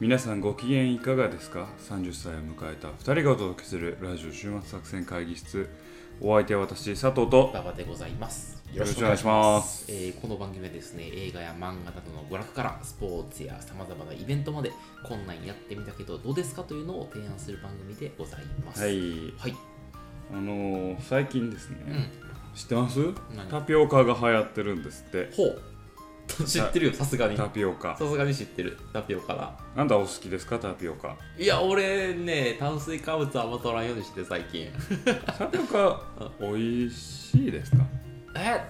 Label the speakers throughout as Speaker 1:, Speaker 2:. Speaker 1: 皆さんご機嫌いかがですか ?30 歳を迎えた2人がお届けするラジオ週末作戦会議室お相手は私佐藤と
Speaker 2: 馬場でございます。
Speaker 1: よろしくお願いします
Speaker 2: よろしくお願いします。えーこの番組はですね、映画や漫画などの娯楽からスポーツやさまざまなイベントまで、こんなんやってみたけどどうですかというのを提案する番組でございます。
Speaker 1: は
Speaker 2: はい。
Speaker 1: いあのー、最近ですね、
Speaker 2: うん。
Speaker 1: 知ってます
Speaker 2: 何
Speaker 1: タピオカが流行ってるんですって
Speaker 2: ほう。知ってるよ、さすがに。
Speaker 1: タ
Speaker 2: さ
Speaker 1: ピオカ
Speaker 2: すがに知ってる。タピオカだ。
Speaker 1: あんたお好きですかタピオ カ
Speaker 2: いや、俺ね、炭水化物はあんま取らんようにして最 近。
Speaker 1: タピオカ美味しいですか
Speaker 2: え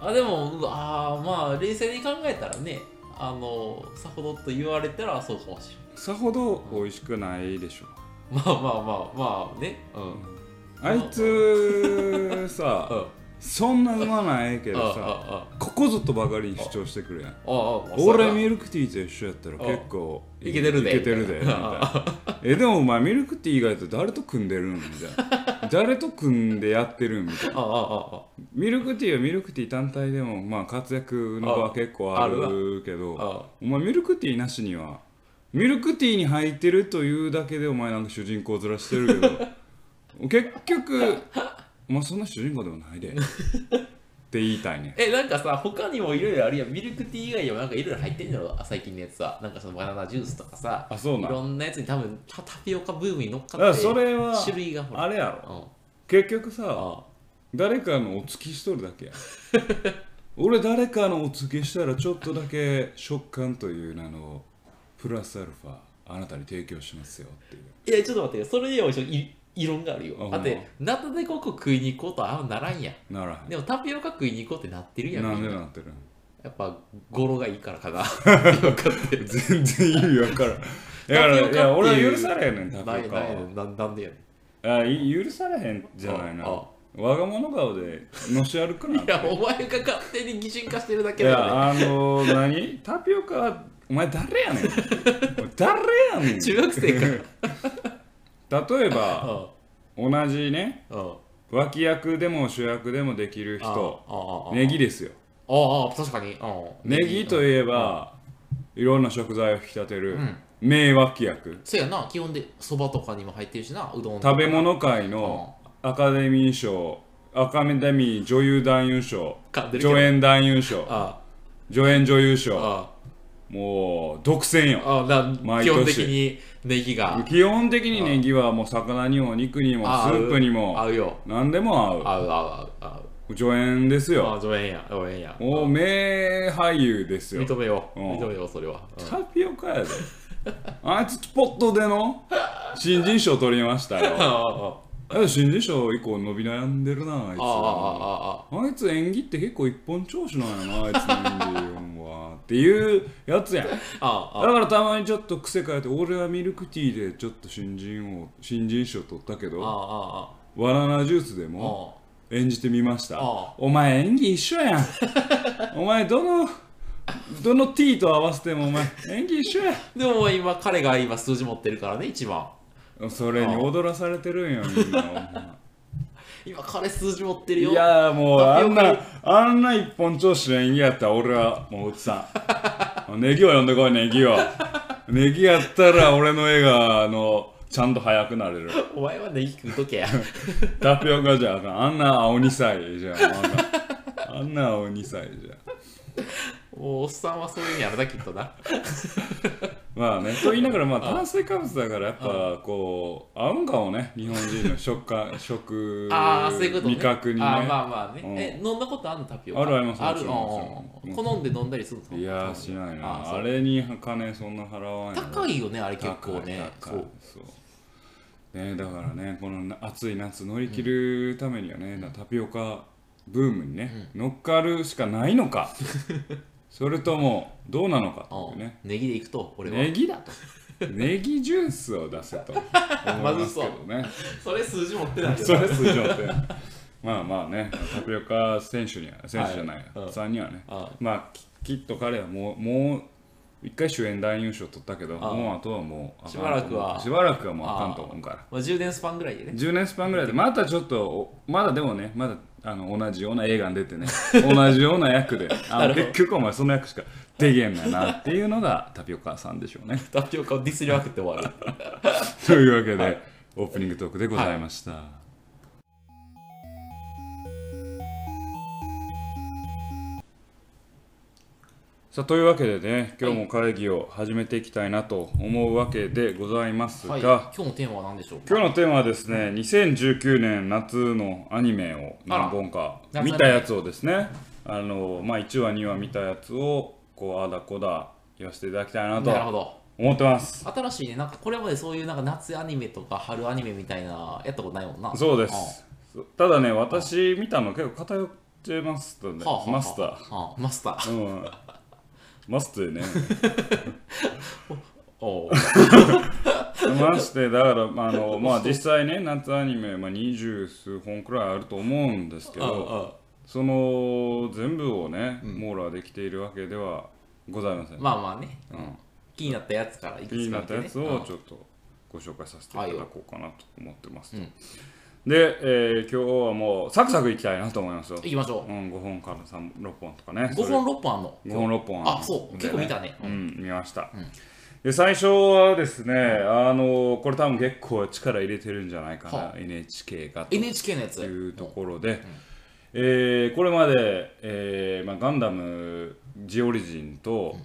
Speaker 2: あでもあーまあ冷静に考えたらねあのさほどと言われたらそうかもし
Speaker 1: さほど美味しくないでしょ
Speaker 2: れんまあまあまあまあねうん、うん、
Speaker 1: あいつ
Speaker 2: あ
Speaker 1: さ
Speaker 2: あ
Speaker 1: そんなうまないけどさ
Speaker 2: あ
Speaker 1: ここぞとばかりに主張してくるやん
Speaker 2: ああ
Speaker 1: 俺ミ
Speaker 2: 見
Speaker 1: ルクティーと一緒やったら結構
Speaker 2: いけてるで
Speaker 1: いけてるでみ
Speaker 2: み
Speaker 1: た
Speaker 2: た
Speaker 1: い
Speaker 2: い
Speaker 1: なえでもお前ミルクティー以外と誰と組んでるんみたい な誰と組んでやってるんみたいな
Speaker 2: あああ
Speaker 1: ミルクティーはミルクティー単体でもまあ活躍の場は結構あるけ
Speaker 2: ああ
Speaker 1: ど
Speaker 2: あ
Speaker 1: お前ミルクティーなしにはミルクティーに入ってるというだけでお前なんか主人公ずらしてるけ ど結局お前そんな主人公でもないでって言いたいね
Speaker 2: えなんかさ他にもいろいろあるやんミルクティー以外にもなんかいろいろ入ってんのよ最近のやつはなんかそのバナナジュースとかさ
Speaker 1: あそう
Speaker 2: い
Speaker 1: なん
Speaker 2: ろんなやつに多分タタピオカブームに乗っか
Speaker 1: あ
Speaker 2: って
Speaker 1: それは
Speaker 2: 種類がほら
Speaker 1: あれや
Speaker 2: う
Speaker 1: ろ
Speaker 2: ん
Speaker 1: 結局さ
Speaker 2: あ
Speaker 1: 誰かのお付きしとるだけや俺誰かのお付きしたらちょっとだけ食感という名のプラスアルファあなたに提供しますよっていう
Speaker 2: いやちょっと待ってそれには一緒い異論がある
Speaker 1: あほん
Speaker 2: よ
Speaker 1: ま
Speaker 2: だってナタデココ食いに行こうとはあんまならんやん
Speaker 1: ならへ
Speaker 2: でもタピオカ食いに行こうってなってるや
Speaker 1: ん
Speaker 2: ん
Speaker 1: なん
Speaker 2: みん
Speaker 1: で
Speaker 2: な
Speaker 1: なってるん
Speaker 2: やっぱ語呂がいいから かなタピオカって
Speaker 1: 全然意味わからんだから
Speaker 2: タピオカっ
Speaker 1: い
Speaker 2: ていう
Speaker 1: や俺は許されへんねんタ
Speaker 2: な
Speaker 1: ピオ
Speaker 2: い
Speaker 1: カ
Speaker 2: ない
Speaker 1: は
Speaker 2: ななんでやねん
Speaker 1: あい許されへんじゃないな
Speaker 2: ああ
Speaker 1: わが物顔でのし歩くな
Speaker 2: いやお前が勝手に擬人化してるだ
Speaker 1: い
Speaker 2: けだよね
Speaker 1: やあの何タピオカはお前誰やねん誰やねん
Speaker 2: 中学生 か
Speaker 1: 例えば
Speaker 2: あ
Speaker 1: 同じね
Speaker 2: ああ
Speaker 1: 脇役でも主役でもできる
Speaker 2: あ
Speaker 1: 人
Speaker 2: ああ
Speaker 1: ネギですよ
Speaker 2: ああ確かにああ
Speaker 1: ネギといえばいろんな食材を引き立てる
Speaker 2: うん
Speaker 1: 名脇役
Speaker 2: そうやな基本でそばとかにも入ってるしなうどんとか
Speaker 1: 食べ物界のアカデミー賞アカデミー女優男優賞
Speaker 2: 噛んでるけど
Speaker 1: 助演男優賞
Speaker 2: あ
Speaker 1: 助演女優賞
Speaker 2: あ
Speaker 1: もう独占よ
Speaker 2: ああな
Speaker 1: 毎
Speaker 2: 基
Speaker 1: 年
Speaker 2: 本的にネギが
Speaker 1: 基本的にネギはもう魚にも肉にもス
Speaker 2: あ
Speaker 1: ープにも
Speaker 2: 合うよ
Speaker 1: 何でも合
Speaker 2: 合う合う合う合う
Speaker 1: う助演です
Speaker 2: あ
Speaker 1: よ
Speaker 2: あ上演や上演や
Speaker 1: もう名俳優ですよ
Speaker 2: 認めよう
Speaker 1: うん
Speaker 2: 認めようそれはうん
Speaker 1: タピオカやであいつポットでの新人賞取りました
Speaker 2: ああ
Speaker 1: よ
Speaker 2: ああ
Speaker 1: あ新人賞以降伸び悩んでるなあいつ
Speaker 2: あああああ
Speaker 1: あいつ演技って結構一本調子なんやなあいつの演技はっていうやつやんだ
Speaker 2: あああ
Speaker 1: からたまにちょっと癖変えて俺はミルクティーでちょっと新人を新人賞取ったけ
Speaker 2: あ
Speaker 1: ど
Speaker 2: あ
Speaker 1: バナナジュースでも
Speaker 2: あ
Speaker 1: 演じてみました
Speaker 2: ああ
Speaker 1: お前演技一緒やんお前どのどの T と合わせてもお前演技一緒や
Speaker 2: でも今彼が今数字持ってるからね一番
Speaker 1: それに踊らされてるんよみんな
Speaker 2: 今彼数字持ってる
Speaker 1: い
Speaker 2: よ
Speaker 1: やーもうあ
Speaker 2: タピ
Speaker 1: ん
Speaker 2: オカ
Speaker 1: なあんな一本調子の演技やったら俺はもうおじさ んネギを呼んでこいネギをネギやったら俺の絵があのちゃんと速くなれる
Speaker 2: お前はネギ食うとけや
Speaker 1: タピオカじゃあかんあんな青2歳じゃんあんなあんな青2歳じゃん
Speaker 2: もうおっさんはそういうのやるなきっとな
Speaker 1: まあねと言いながらまあ炭水化物だからやっぱこう合うんかもね日本人の食感食
Speaker 2: ああそういうことね
Speaker 1: 味覚にね
Speaker 2: ああまあまあね、
Speaker 1: うん
Speaker 2: え飲んだことあるのタピオカ
Speaker 1: あるあります
Speaker 2: あ
Speaker 1: も
Speaker 2: る
Speaker 1: ちろんもちろん
Speaker 2: うん好んで飲んだりするの
Speaker 1: いやーしないな
Speaker 2: あ
Speaker 1: あ
Speaker 2: あれ
Speaker 1: れに金そんな払わんやろ
Speaker 2: 高いよねあれ結構ね
Speaker 1: 高
Speaker 2: そ
Speaker 1: い高いうそうねだからねこのな暑い夏乗り切るためにはね、タピオカブームにね、乗っかるしかないのか それともどうなのかといううんね
Speaker 2: ネギでいくと俺は
Speaker 1: ネギだとネギジュースを出せと思いますけどね
Speaker 2: それ数字持ってないよ
Speaker 1: それ通常ってまあまあねタピオカ選手には選手じゃない、
Speaker 2: はいうん
Speaker 1: さんにはね
Speaker 2: あ
Speaker 1: まあききっと彼はもうもう一回主演男優賞取ったけど
Speaker 2: ああ
Speaker 1: もうあとはもうあかんと思う
Speaker 2: しばらくは
Speaker 1: しばらくはもうあかんと思うから
Speaker 2: まあ、10年スパンぐらいでね
Speaker 1: 10年スパンぐらいでまたちょっとおまだでもねまだあの同じような映画に出てね同じような役であ
Speaker 2: なるほど
Speaker 1: 結局お前その役しかできへんのやなっていうのがタピオカさんでしょうね
Speaker 2: タピオカをディスりまくって終わる
Speaker 1: というわけで、オープニングトークでございました、さあというわけでね今日も会議を始めていきたいなと思うわけでございますが、
Speaker 2: はい今日のテーマは何でしょう
Speaker 1: 今日のテーマはですね2019年夏のアニメを何本か
Speaker 2: あら
Speaker 1: 見たやつをですねあの、まあ、1話2話見たやつをこうあだこだ言わせていただきたいな
Speaker 2: なるほ
Speaker 1: と
Speaker 2: ど
Speaker 1: 思ってます
Speaker 2: 新しいねなんかこれまでそういうなんか夏アニメとか春アニメみたいなやったことないもんな
Speaker 1: そうですただね私見たの結構偏ってましたね
Speaker 2: はあはあはあ
Speaker 1: マスタ
Speaker 2: ああマスター
Speaker 1: ーうんマスターね
Speaker 2: おう
Speaker 1: ましてだからまああのまあ実際ね夏アニメまあ二十数本くらいあると思うんですけ
Speaker 2: あ
Speaker 1: ど
Speaker 2: ああ
Speaker 1: その全部をね、網羅できているわけではございません、
Speaker 2: まあまあね
Speaker 1: うん、
Speaker 2: 気になったやつからいく
Speaker 1: 気に
Speaker 2: つか
Speaker 1: なっ
Speaker 2: 見
Speaker 1: てた
Speaker 2: ね
Speaker 1: やつ
Speaker 2: う
Speaker 1: を
Speaker 2: ん
Speaker 1: ちょっとご紹介させていただこうかなと思ってますと、
Speaker 2: うん
Speaker 1: で、えー今日はもうサクサクいきたいなと思いますよ、
Speaker 2: 行きましょ
Speaker 1: うん、5本から3 6本とかね
Speaker 2: う5本6本あんの
Speaker 1: 5本6本
Speaker 2: あそう結構見たね
Speaker 1: う
Speaker 2: うん
Speaker 1: ん、見ました、
Speaker 2: うん
Speaker 1: で最初はですね、あのこれ多分結構力入れてるんじゃないかな、
Speaker 2: は
Speaker 1: NHK がと
Speaker 2: NHK のやつ
Speaker 1: というところで、えーこれまで、えーまあ、ガンダムジオリジンと,、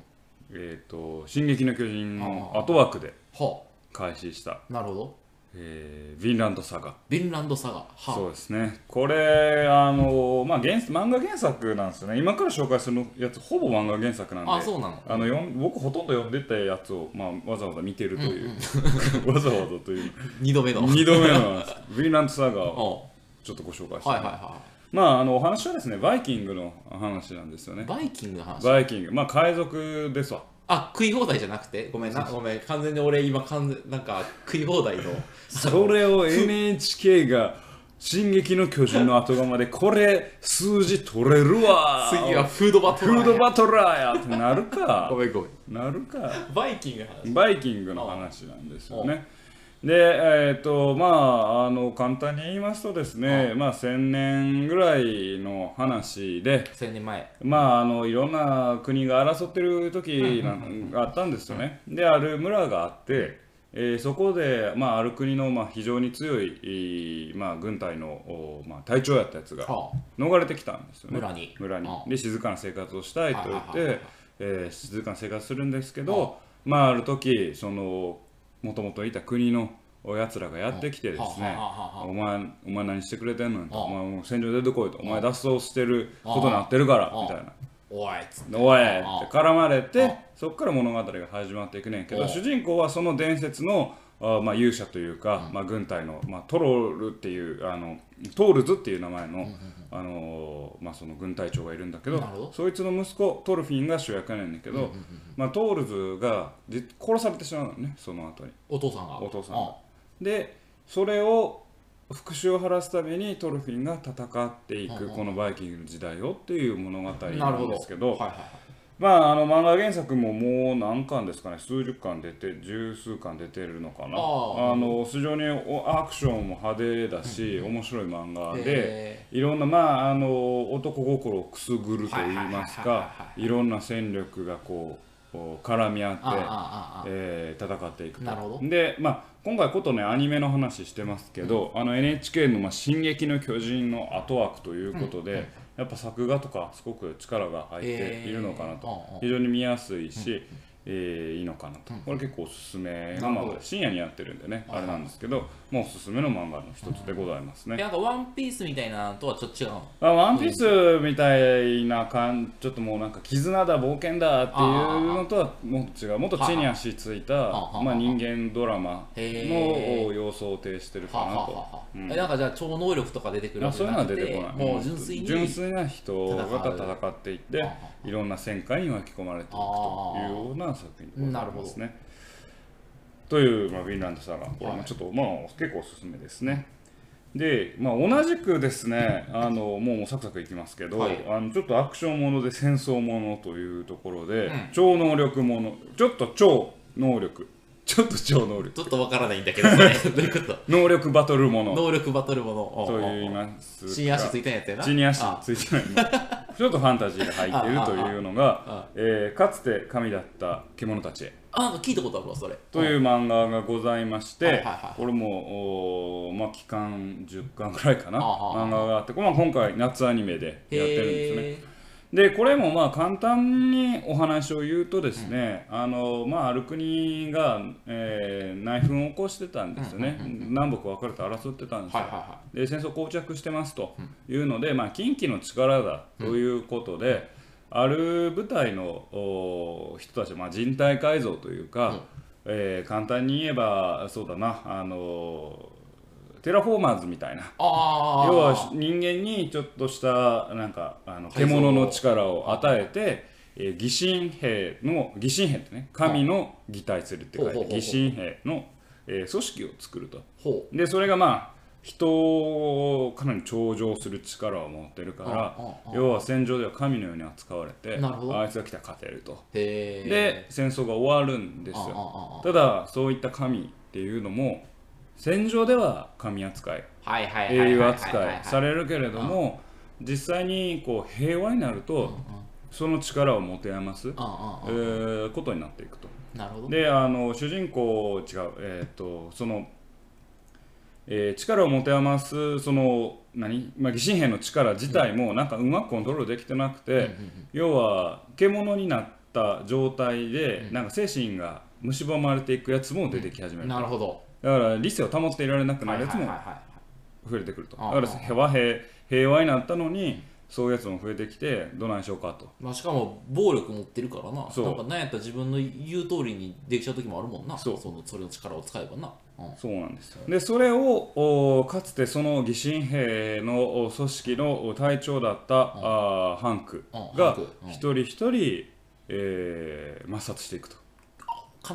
Speaker 1: えー、と「進撃の巨人」の後枠で
Speaker 2: は
Speaker 1: 開始した、
Speaker 2: あなるほど
Speaker 1: えー、ヴィンランドサガ
Speaker 2: ヴィンランドサガはあ
Speaker 1: そうですねこれあの、まあ、原漫画原作なんですよね今から紹介するやつほぼ漫画原作なんで
Speaker 2: あそうなの
Speaker 1: あの読ん僕ほとんど読んでたやつを、まあ、わざわざ見てるという、 わざわざという
Speaker 2: 2度目の
Speaker 1: 2度目のなんですヴィンランドサガを
Speaker 2: お
Speaker 1: ちょっとご紹介し
Speaker 2: うはい
Speaker 1: た
Speaker 2: はいは
Speaker 1: まあ、あのお話はですね、バイキングの話なんですよ
Speaker 2: い
Speaker 1: ね。
Speaker 2: バイキングの話
Speaker 1: バイキング、まあ、海賊ですわ。
Speaker 2: あ食い放題じゃなくてごめんなごめん完全に俺今完全なんか食い放題の
Speaker 1: それを NHK が「進撃の巨人」の後釜で、これ、数字取れるわ
Speaker 2: 次はフードバト
Speaker 1: フ
Speaker 2: ル
Speaker 1: ードバトラーやってなるか
Speaker 2: ご、めんごめん
Speaker 1: なるか。
Speaker 2: バイキングの話
Speaker 1: バイキングの話なんですよね。で、えっとまあ、あの簡単に言いますとですね、まあ、1000年ぐらいの話で、
Speaker 2: 1000年前
Speaker 1: まあ、あのいろんな国が争ってる時なんがあったんですよね。である村があって、えーそこで、まあ、ある国の、まあ、非常に強い、えーまあ、軍隊の、おまあ、隊長やったやつが
Speaker 2: はあ
Speaker 1: 逃れてきたんですよね
Speaker 2: 村に
Speaker 1: 村に
Speaker 2: ああ
Speaker 1: で静かな生活をしたいと言っ
Speaker 2: はいはいはいは
Speaker 1: て
Speaker 2: い、
Speaker 1: えー静かな生活するんですけどまあある時そのもともといた国のやつらがやってきてですね
Speaker 2: はあはあはあはあ
Speaker 1: お前お前何してくれてんのと
Speaker 2: はあ
Speaker 1: お前もう戦場出てこいとお前脱走してることになってるから
Speaker 2: はあ
Speaker 1: みたいな
Speaker 2: おいっつっ
Speaker 1: 「
Speaker 2: て
Speaker 1: おい!」って
Speaker 2: はあ
Speaker 1: 絡まれ
Speaker 2: は
Speaker 1: て
Speaker 2: あ
Speaker 1: そこから物語が始まっていくねんけ
Speaker 2: は
Speaker 1: ど
Speaker 2: あ
Speaker 1: 主人公はその伝説のあまあ勇者というかまあ軍隊のまあトロルっていうあのトールズっていう名前のあのーまあその軍隊長がいるんだけど
Speaker 2: なるほど
Speaker 1: そいつの息子トルフィンが主役やねんだけどまあトールズがじ殺されてしまうのねその後に。
Speaker 2: お父さんが
Speaker 1: お父さん
Speaker 2: あ
Speaker 1: がでそれを復讐を晴らすためにトルフィンが戦ってい
Speaker 2: うん
Speaker 1: く
Speaker 2: うん
Speaker 1: このバイキングの時代をっていう物語
Speaker 2: な
Speaker 1: な
Speaker 2: るほ
Speaker 1: ん
Speaker 2: ど
Speaker 1: ですけど
Speaker 2: はいはいはい
Speaker 1: まあ、あの漫画原作ももう何巻ですかね数十巻出て十数巻出てるのかな
Speaker 2: あー
Speaker 1: あの非常におアクションも派手だし、面白い漫画で、
Speaker 2: へ
Speaker 1: いろんな、まあ、あの男心をくすぐると言います
Speaker 2: はいはいはい
Speaker 1: か
Speaker 2: はい
Speaker 1: ろんな戦力がこうこう絡み合って
Speaker 2: ーあああああ
Speaker 1: えー戦っていくと
Speaker 2: なるほ
Speaker 1: で、まあ、今回ことねアニメの話してますけど、あの NHK の、まあ「進撃の巨人」の後枠ということで、やっぱ作画とかすごく力が入っているのかなと、
Speaker 2: えーうんうん
Speaker 1: 非常に見やすいし、えーいいのかなと、これ結構おすすめ
Speaker 2: なるほど
Speaker 1: まあ深夜にやってるんでねあれなんですけど、もうおすすめの漫画の一つでございます
Speaker 2: あ
Speaker 1: ね。
Speaker 2: なんかワンピースみたいなのとはちょっと違うの
Speaker 1: あワンピースみたいな感じちょっともうなんか絆だ冒険だっていうのとはもっと違うもっと地に足ついた
Speaker 2: ああ
Speaker 1: まあ、人間ドラマ
Speaker 2: へ
Speaker 1: の様相を呈してる
Speaker 2: は
Speaker 1: か
Speaker 2: あ
Speaker 1: な
Speaker 2: はあ
Speaker 1: と
Speaker 2: はあはあえなんかじゃあ超能力とか出てくる
Speaker 1: まあ
Speaker 2: わけ
Speaker 1: そう
Speaker 2: じ
Speaker 1: いうの
Speaker 2: ゃ
Speaker 1: は
Speaker 2: な
Speaker 1: 出
Speaker 2: く
Speaker 1: て
Speaker 2: て
Speaker 1: こない
Speaker 2: もう純粋に
Speaker 1: 純粋な人が
Speaker 2: 戦う
Speaker 1: 戦っていっ
Speaker 2: あ
Speaker 1: て
Speaker 2: あ
Speaker 1: いろんな戦火に巻き込まれていくというような作品でございますね。という、まあ、ヴィンランドサガこれもちょっと、まあ結構おすすめですね。で、まあ、同じくですねあのもうサクサクいきますけど、
Speaker 2: はい
Speaker 1: あのちょっとアクションもので戦争ものというところで、
Speaker 2: うん
Speaker 1: 超能力ものちょっと超能力ちょっと超能力
Speaker 2: ちょっとわからないんだけど、それどういうこと
Speaker 1: 能力バトルもの
Speaker 2: 能力バトルもの。
Speaker 1: と言い
Speaker 2: 今。
Speaker 1: ますか
Speaker 2: 地に足ついたんやったよな。
Speaker 1: 地に足
Speaker 2: あ
Speaker 1: ついてない のちょっとファンタジーが入っているというの
Speaker 2: ああ
Speaker 1: が
Speaker 2: あ、
Speaker 1: えーかつて神だった獣たちへ
Speaker 2: あ、なんか聞いたことあるわ、それ。
Speaker 1: という漫画がございまし
Speaker 2: はいは
Speaker 1: て
Speaker 2: いはい
Speaker 1: これもおーまあ期間10巻ぐらいかな
Speaker 2: ああああ
Speaker 1: 漫画があってこれまあ今回夏アニメでやってるんですよね
Speaker 2: へー
Speaker 1: でこれもまあ簡単にお話を言うとですね、あのまあある国が、えー内紛を起こしてたんですよね、南北分かれて争ってたんですよ、
Speaker 2: はいはいは
Speaker 1: で戦争膠着してますというので、まあ、近畿の力だということで、ある部隊のお人たち、まあ、人体改造というか、
Speaker 2: うん
Speaker 1: えー簡単に言えばそうだなあのテラフォーマーズみたいな
Speaker 2: ああ。
Speaker 1: 要は人間にちょっとしたなんかあの
Speaker 2: 改造
Speaker 1: 獣の力を与えて、えー、疑神兵の疑神兵ってね神の擬態するって書い
Speaker 2: ほうほう
Speaker 1: て
Speaker 2: ほうほう
Speaker 1: 疑神兵の、えー組織を作ると
Speaker 2: ほ
Speaker 1: でそれがまあ人をかなり頂上する力を持ってるか
Speaker 2: あああ
Speaker 1: ら要は戦場では神のように扱われて
Speaker 2: なるほど
Speaker 1: あいつが来たら勝てると
Speaker 2: う。へえ。
Speaker 1: で戦争が終わるんです
Speaker 2: ああ
Speaker 1: よ
Speaker 2: あ
Speaker 1: ただそういった神っていうのも戦場では神扱い
Speaker 2: あはいはいはいはいはいはい。
Speaker 1: 英雄扱いさ
Speaker 2: れ
Speaker 1: れるけれども実際にこう平和になるとその力を持て余す、
Speaker 2: ああ
Speaker 1: えーことになっていくと。
Speaker 2: あなるほど。
Speaker 1: であの主人公違う、えー、とその、えー力を持て余すその何、まあ、疑心兵の力自体もなんかうまくコントロールできてなくて、要は獣になった状態で、なんか精神が蝕まれていくやつも出てき始める、だ
Speaker 2: なるほど。
Speaker 1: から理性を保っていられなくなるやつも
Speaker 2: はいはいはいはい
Speaker 1: 増えてくるとだ
Speaker 2: ああ
Speaker 1: から平和平平和になったのにそういうやつも増えてきてどないしようかと
Speaker 2: まあ、しかも暴力持ってるからな
Speaker 1: そう
Speaker 2: なんかなんやったら自分の言う通りにできちゃう時もあるもんな
Speaker 1: そう
Speaker 2: のそれの力を使えばな、うん、は
Speaker 1: そうなんですよでそれをおかつてその疑心兵のお組織のお隊長だった、あーハンク
Speaker 2: うんハン
Speaker 1: が
Speaker 2: クうん
Speaker 1: 一人一人、えー抹殺していくと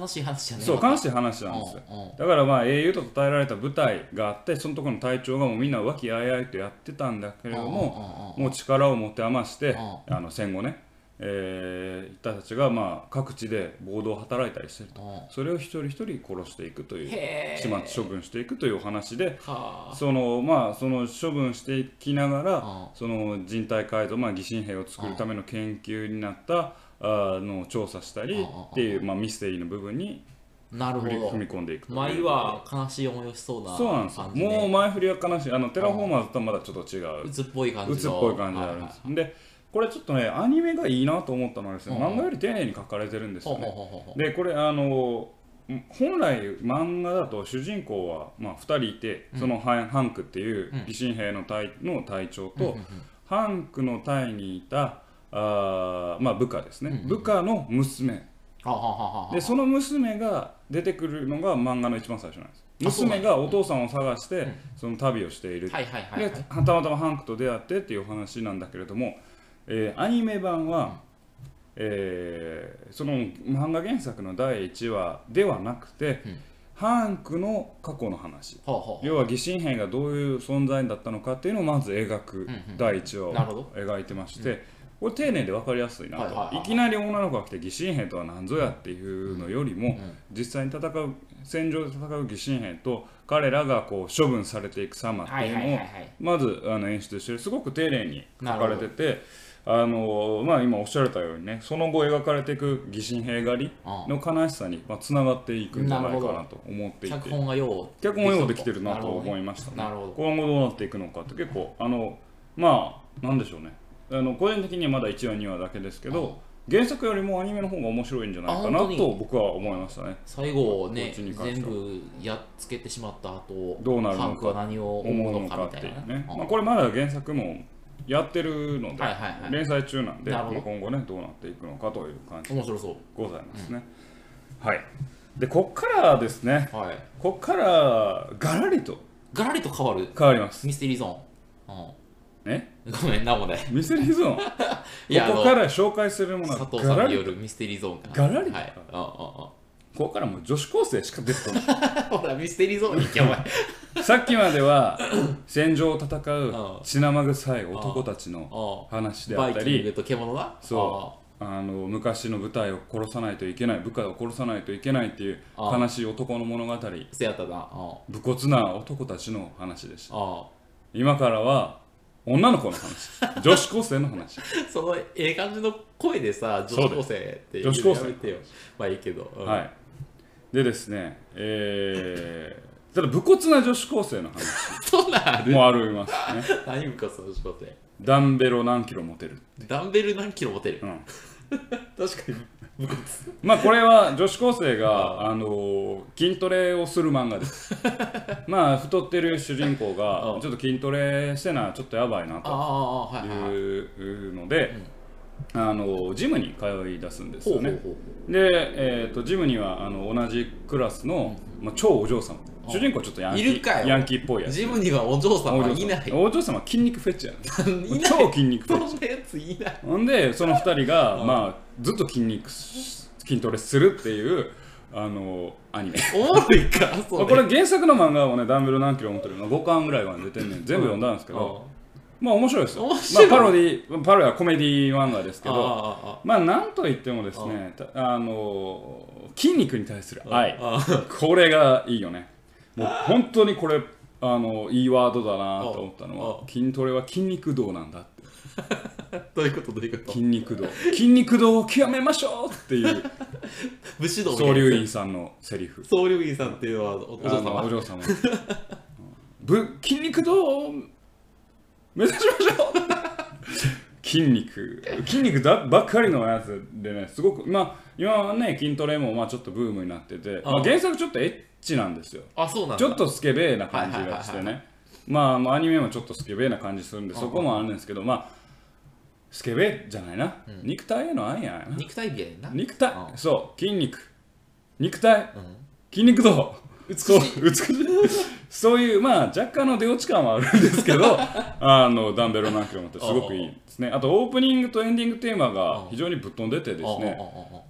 Speaker 2: 悲しい話じゃね
Speaker 1: そう
Speaker 2: 悲
Speaker 1: 悲しい話なんですよ
Speaker 2: うんうん
Speaker 1: だからまあ英雄と称えられた部隊があってそのところの隊長がもうみんな和気あいあいとやってたんだけれども
Speaker 2: も
Speaker 1: もう力を持て余してあの戦後ね、えー、人たちがまあ各地で暴動を働いたりしてるとそれを一人一人殺していくという
Speaker 2: へ
Speaker 1: 始
Speaker 2: え
Speaker 1: 末処分していくというお話で
Speaker 2: は
Speaker 1: そのまあその処分していきなが
Speaker 2: うん
Speaker 1: らその人体改造まあ疑心兵を作るための研究になったあのを調査した
Speaker 2: うんう
Speaker 1: り
Speaker 2: んうん
Speaker 1: っていうまあミステリーの部分に
Speaker 2: あなるほ
Speaker 1: 振り
Speaker 2: ど
Speaker 1: 踏み込んでいくという
Speaker 2: 前は悲しい思いをしそうな
Speaker 1: そうなんですよ
Speaker 2: 感じ
Speaker 1: もう
Speaker 2: ね
Speaker 1: 前振りは悲しいあのテラフォーマーズとはまだちょっと違う
Speaker 2: うつっぽい感じの
Speaker 1: 鬱っぽい感じがあるんです、でこれちょっとねアニメがいいなと思ったのはですね、
Speaker 2: うんうん
Speaker 1: 漫画より丁寧に描かれてるんです
Speaker 2: ほう
Speaker 1: よ
Speaker 2: ほう
Speaker 1: ね、
Speaker 2: ほうほうほう
Speaker 1: でこれあの本来漫画だと主人公は、まあ、2人いて、そのハンハンクっていう
Speaker 2: うん
Speaker 1: 疑心兵の隊の隊長と、
Speaker 2: うんうん
Speaker 1: ハンクの隊にいたあー、まあ、部下ですね、
Speaker 2: うんうん
Speaker 1: 部下の娘
Speaker 2: はあはあはあはあ
Speaker 1: でその娘が出てくるのが漫画の一番最初なんです
Speaker 2: あそうなん
Speaker 1: 娘
Speaker 2: だ
Speaker 1: がお父さんを探して、その旅をしている
Speaker 2: はいはいはい
Speaker 1: で
Speaker 2: はい
Speaker 1: たまたまハンクと出会ってっていうお話なんだけれども、えーアニメ版は、えーその漫画原作の第1話ではなくて、
Speaker 2: うん
Speaker 1: ハンクの過去の話
Speaker 2: ほうほう
Speaker 1: 要は疑心兵がどういう存在だったのかっていうのをまず描く
Speaker 2: んうん
Speaker 1: 第1話
Speaker 2: なるほ
Speaker 1: を描いてまして、これ丁寧で分かりやすいなと、
Speaker 2: はい
Speaker 1: い
Speaker 2: はいはい
Speaker 1: きなり女の子が来て疑心兵とは何ぞやっていうのよりも、
Speaker 2: んうん
Speaker 1: 実際に戦う戦場で戦う疑心兵と彼らがこう処分されていく様って
Speaker 2: はい
Speaker 1: いう
Speaker 2: はい
Speaker 1: の
Speaker 2: はい
Speaker 1: を
Speaker 2: はい
Speaker 1: まずあの演出してるすごく丁寧に
Speaker 2: な
Speaker 1: 描
Speaker 2: るほ
Speaker 1: か
Speaker 2: ど
Speaker 1: れててあの、まあ、今おっしゃられたようにねその後描かれていく疑心兵狩りの悲しさにつな、まあ、繋がっていくんじゃないかなと思っていて
Speaker 2: 脚本がよう
Speaker 1: 脚本用できてるなと
Speaker 2: なるほど
Speaker 1: 思
Speaker 2: ね
Speaker 1: いましたね
Speaker 2: なるほど
Speaker 1: 今後どうなっていくのかって結構あのまあなんでしょうねあの個人的にはまだ1話2話だけですけど原作よりもアニメの方が面白いんじゃないかな
Speaker 2: あ本当に
Speaker 1: と僕は思いましたね
Speaker 2: 最後ね
Speaker 1: こっちに関しては
Speaker 2: 全部やっつけてしまった後
Speaker 1: どうなるのか
Speaker 2: ハンクは何を
Speaker 1: 思
Speaker 2: 思
Speaker 1: う
Speaker 2: う
Speaker 1: の
Speaker 2: の
Speaker 1: か
Speaker 2: か
Speaker 1: っ
Speaker 2: み
Speaker 1: て
Speaker 2: た
Speaker 1: い
Speaker 2: いうな
Speaker 1: ね、
Speaker 2: うん
Speaker 1: まあ、これまだ原作もやってるので、
Speaker 2: はいはいはい
Speaker 1: 連載中なんで、
Speaker 2: なる
Speaker 1: まあ、
Speaker 2: ほど
Speaker 1: 今後ねどうなっていくのかという感じで
Speaker 2: 面白そ
Speaker 1: ございますね、はいでこっからですね
Speaker 2: うはい
Speaker 1: こっからガラリと
Speaker 2: ガラリと変わる
Speaker 1: 変わります
Speaker 2: ミステリーゾーン、
Speaker 1: ね
Speaker 2: うん、ごめんなもね
Speaker 1: ミステリーゾーン
Speaker 2: いやあ
Speaker 1: ここ
Speaker 2: の
Speaker 1: から紹介するものは
Speaker 2: 佐藤
Speaker 1: ガ
Speaker 2: さ
Speaker 1: ラ
Speaker 2: んに
Speaker 1: リ
Speaker 2: よるミステリーゾーンか
Speaker 1: ガラリと
Speaker 2: はいうんうんうん
Speaker 1: ここからもう女子高生しか出てこない
Speaker 2: ほら、ミステリーゾーンに行け、お 前。
Speaker 1: さっきまでは戦場を戦
Speaker 2: あ
Speaker 1: う
Speaker 2: あ
Speaker 1: 血生臭い男たちの話であ
Speaker 2: バ
Speaker 1: っ
Speaker 2: イ
Speaker 1: た
Speaker 2: キン
Speaker 1: り
Speaker 2: グと獣だ
Speaker 1: そうあの昔の部隊を殺さないといけない部下を殺さないといけないっていう
Speaker 2: ああ
Speaker 1: 悲しい男の物語
Speaker 2: う。せやったな。あ
Speaker 1: 武骨な男たちの話でした
Speaker 2: あ。
Speaker 1: 今からは女の子の話女子高生の 話
Speaker 2: そのええ感じの声でさ、女子高生って言う
Speaker 1: 女子高
Speaker 2: の
Speaker 1: 生
Speaker 2: やめてよ。まあいいけど。うん
Speaker 1: はいでですねえー、ただ武骨な女子高生の話
Speaker 2: そんなんある
Speaker 1: もありますね
Speaker 2: 何部活の女子高生
Speaker 1: ダンベルを何キロ持てる、
Speaker 2: ダンベル何キロ持てる
Speaker 1: うん、
Speaker 2: 確かに。
Speaker 1: まあこれは女子高生が、あのー筋トレをする漫画です まあ太ってる主人公
Speaker 2: う
Speaker 1: が
Speaker 2: ん
Speaker 1: ちょっと筋トレしてなちょっとやばいな
Speaker 2: あ
Speaker 1: と
Speaker 2: あ、はい
Speaker 1: い
Speaker 2: はいはい。
Speaker 1: うので、あのージムに通い出すんです
Speaker 2: ほ
Speaker 1: よ
Speaker 2: うほ
Speaker 1: ね
Speaker 2: うほう。
Speaker 1: で、えー、とジムにはあの同じクラスの、まあ、超お嬢様主人公ちょっとヤンキ
Speaker 2: いるか
Speaker 1: ー
Speaker 2: よ
Speaker 1: ヤンキーっぽいやつ
Speaker 2: ジムにはお嬢さん
Speaker 1: お
Speaker 2: は
Speaker 1: 嬢様
Speaker 2: いない。
Speaker 1: お嬢様は筋肉フェチやね
Speaker 2: いない。
Speaker 1: 超筋肉フェチ
Speaker 2: そ んなやついない。
Speaker 1: ほんでその2人 が、まあ、ずっと筋肉し筋トレするっていうあのアニメ
Speaker 2: おもろいか、そ
Speaker 1: まあこれ原作の漫画もねダンベル何キロ持ってるの5巻ぐらいは出てんねん全部読んだんですけど、まあ面白いですよ
Speaker 2: 面白い
Speaker 1: まあ、パロディパロディはコメディ漫画ですけ
Speaker 2: ああ
Speaker 1: ど
Speaker 2: ああ、
Speaker 1: まあなんといってもですねたあの筋肉に対する愛
Speaker 2: あ
Speaker 1: これがいいよねもう本当にこれあのいいワードだなと思ったの
Speaker 2: あ
Speaker 1: は筋トレは筋肉道なんだって
Speaker 2: どういうことどういうこ と
Speaker 1: 筋肉道筋肉道を極めましょうって いう
Speaker 2: 武士道みたい
Speaker 1: 総
Speaker 2: な
Speaker 1: 龍院さんのセリフ
Speaker 2: 総領院さんっていうのはおお
Speaker 1: あ
Speaker 2: 嬢
Speaker 1: のお
Speaker 2: 様
Speaker 1: 嬢様ぶ筋肉道を目指しましょう筋肉筋肉だばっかりのやつでねすごくまあ今はね筋トレもまあちょっとブームになってて
Speaker 2: あ
Speaker 1: まあ、原作ちょっとエッチなんですよ
Speaker 2: あそうなん だ
Speaker 1: ちょっとスケベな感じがして
Speaker 2: はいはいはい
Speaker 1: ねまあまあアニメもちょっとスケベな感じするんでそこもあるんですけどまあスケベじゃないな、肉体への愛やな
Speaker 2: 肉体美やな
Speaker 1: 肉体
Speaker 2: あ
Speaker 1: そう筋肉肉体
Speaker 2: うん
Speaker 1: 筋肉道
Speaker 2: 美し
Speaker 1: そう
Speaker 2: い
Speaker 1: 美しいそういうまあ若干の出落ち感はあるんですけ どあのダンベルマークを持ってすごくいいですねあとオープニングとエンディングテーマが非常にぶっ飛んでてですね